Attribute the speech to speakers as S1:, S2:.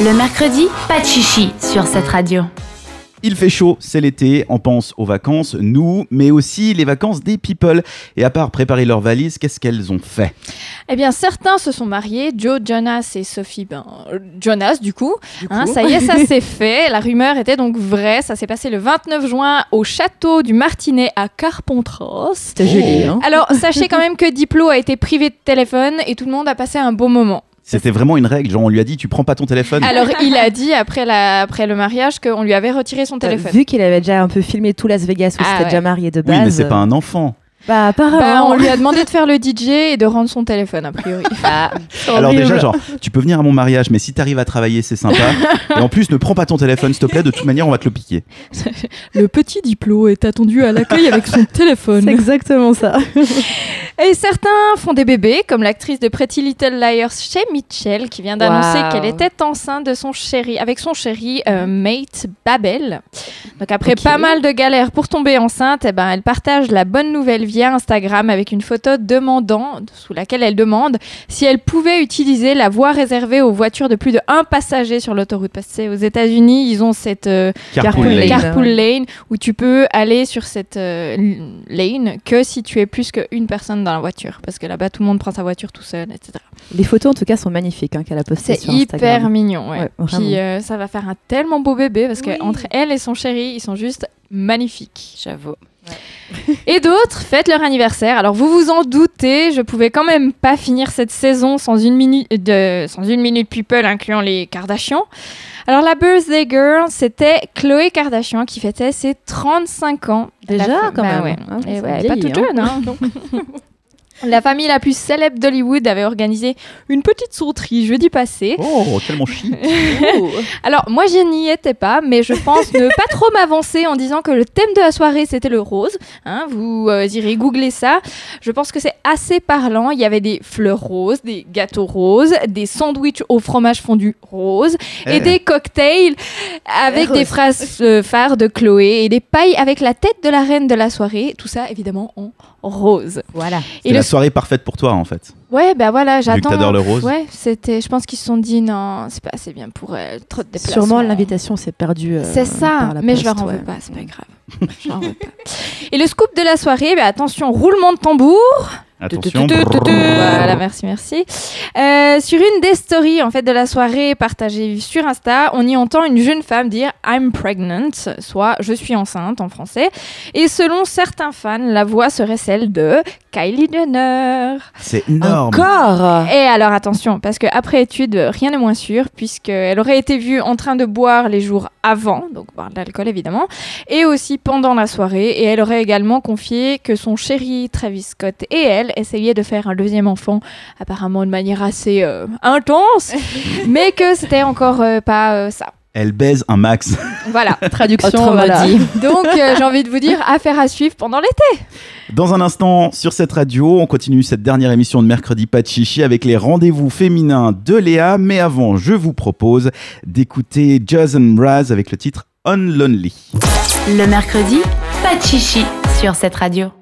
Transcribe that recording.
S1: Le mercredi, pas de chichi sur cette radio.
S2: Il fait chaud, c'est l'été, on pense aux vacances, nous, mais aussi les vacances des people. Et à part préparer leurs valises, qu'est-ce qu'elles ont fait
S3: Eh bien, certains se sont mariés, Joe, Jonas et Sophie, ben, euh, Jonas du coup. Hein, ça y est, ça s'est fait. La rumeur était donc vraie. Ça s'est passé le 29 juin au château du Martinet à Carpentras.
S4: C'était joli,
S2: Oh.
S4: hein
S3: Alors, sachez quand même que Diplo a été privé de téléphone et tout le monde a passé un beau moment.
S2: C'était vraiment une règle, genre on lui a dit tu prends pas ton téléphone.
S3: Alors, il a dit après, la, après le mariage qu'on lui avait retiré son
S4: T'as
S3: téléphone.
S4: Vu qu'il avait déjà un peu filmé tout Las Vegas où
S3: Ah
S4: c'était
S3: ouais.
S4: déjà marié de
S2: oui,
S4: base.
S2: mais c'est pas un enfant.
S4: Bah
S3: Bah,
S4: apparemment.
S3: on lui a demandé de faire le DJ et de rendre son téléphone, a priori.
S2: Alors déjà, genre, tu peux venir à mon mariage, mais si t'arrives à travailler, c'est sympa. Et en plus, ne prends pas ton téléphone, s'il te plaît, de toute manière, on va te le piquer.
S3: Le petit Diplo est attendu à l'accueil avec son
S4: C'est
S3: téléphone.
S4: exactement ça.
S3: Et certains font des bébés, comme l'actrice de Pretty Little Liars chez Mitchell, qui vient d'annoncer
S4: Wow. Mm-hmm.
S3: qu'elle était enceinte de son chéri, avec son chéri euh, Mate Babel. Donc après
S4: Ok.
S3: pas mal de galères pour tomber enceinte, eh ben, elle partage la bonne nouvelle via Instagram avec une photo demandant, sous laquelle elle demande si elle pouvait utiliser la voie réservée aux voitures de plus de un passager sur l'autoroute. Parce que c'est aux États-Unis, ils ont cette euh,
S2: Carpool
S4: Carpool
S2: lane.
S4: lane.
S3: carpool lane où tu peux aller sur cette euh, l- lane que si tu es plus qu'une personne dans la voiture parce que là-bas tout le monde prend sa voiture tout seul etc
S4: Les photos en tout cas sont magnifiques hein, qu'elle a postées
S3: c'est
S4: sur
S3: hyper
S4: Instagram.
S3: mignon ouais.
S4: Ouais, vraiment.
S3: puis euh, ça va faire un tellement beau bébé parce que entre elle et son chéri ils sont juste magnifiques
S5: J'avoue.
S3: et d'autres fêtent leur anniversaire alors vous vous en doutez je pouvais quand même pas finir cette saison sans une minute de sans une minute people incluant les Kardashians alors la birthday girl c'était Chloé Kardashian qui fêtait ses 35 ans La
S4: Déjà
S3: fa- bah
S4: quand même.
S3: ouais.
S4: hein,
S3: Et
S4: ça
S3: ouais,
S4: vieillit,
S3: pas toute
S4: hein.
S3: jeune. hein. La famille la plus célèbre d'Hollywood avait organisé une petite sauterie jeudi passé.
S2: Oh, tellement chic.
S3: Alors, moi, je n'y étais pas, mais je pense ne pas trop m'avancer en disant que le thème de la soirée, c'était le rose. Hein, vous euh, irez googler ça. Je pense que c'est assez parlant. Il y avait des fleurs roses, des gâteaux roses, des sandwichs au fromage fondu rose et
S2: Eh.
S3: des cocktails avec des phrases euh, phares de Chloé et des pailles avec la tête de la reine de la soirée. Tout ça, évidemment, en rose.
S4: Voilà.
S3: Et
S2: C'est
S3: le...
S2: la soirée parfaite pour toi, en fait.
S3: Ouais, bah voilà,
S2: Vu que
S3: j'attends.
S2: t'adores le rose.
S3: Ouais, c'était. Je pense qu'ils se sont dit non, c'est pas assez bien pour elle. Trop de déplacements.
S4: Sûrement l'invitation s'est perdue. euh,
S3: C'est ça,
S4: par la
S3: mais je
S4: poste,
S3: leur en
S4: ouais.
S3: veux pas, c'est pas grave. Je leur en veux pas. Et le scoop de la soirée, bah, attention, roulement de tambour.
S2: Attention.
S3: Voilà, merci, merci. Euh, sur une des stories en fait de la soirée partagée sur Insta, on y entend une jeune femme dire I'm pregnant, soit je suis enceinte en français. Et selon certains fans, la voix serait celle de Kylie Jenner.
S2: C'est énorme.
S4: Encore.
S3: Et alors attention, parce que après étude, euh, rien n'est moins sûr, puisqu'elle aurait été vue en train de boire les jours avant, donc boire de l'alcool évidemment, et aussi pendant la soirée, et elle aurait également confié que son chéri Travis Scott et elle essayaient de faire un deuxième enfant, apparemment de manière assez euh, intense, mais que c'était encore euh, pas euh, ça.
S2: Elle baise un max.
S3: Voilà.
S4: Traduction.
S5: Autrement
S4: Voilà.
S5: dit.
S3: Donc euh, j'ai envie de vous dire, affaire à suivre pendant l'été.
S2: Dans un instant, sur cette radio, on continue cette dernière émission de mercredi pas de chichi avec les rendez-vous féminins de Léa. Mais avant, je vous propose d'écouter Jason Mraz avec le titre Unlonely.
S1: Le mercredi, pas de chichi sur cette radio.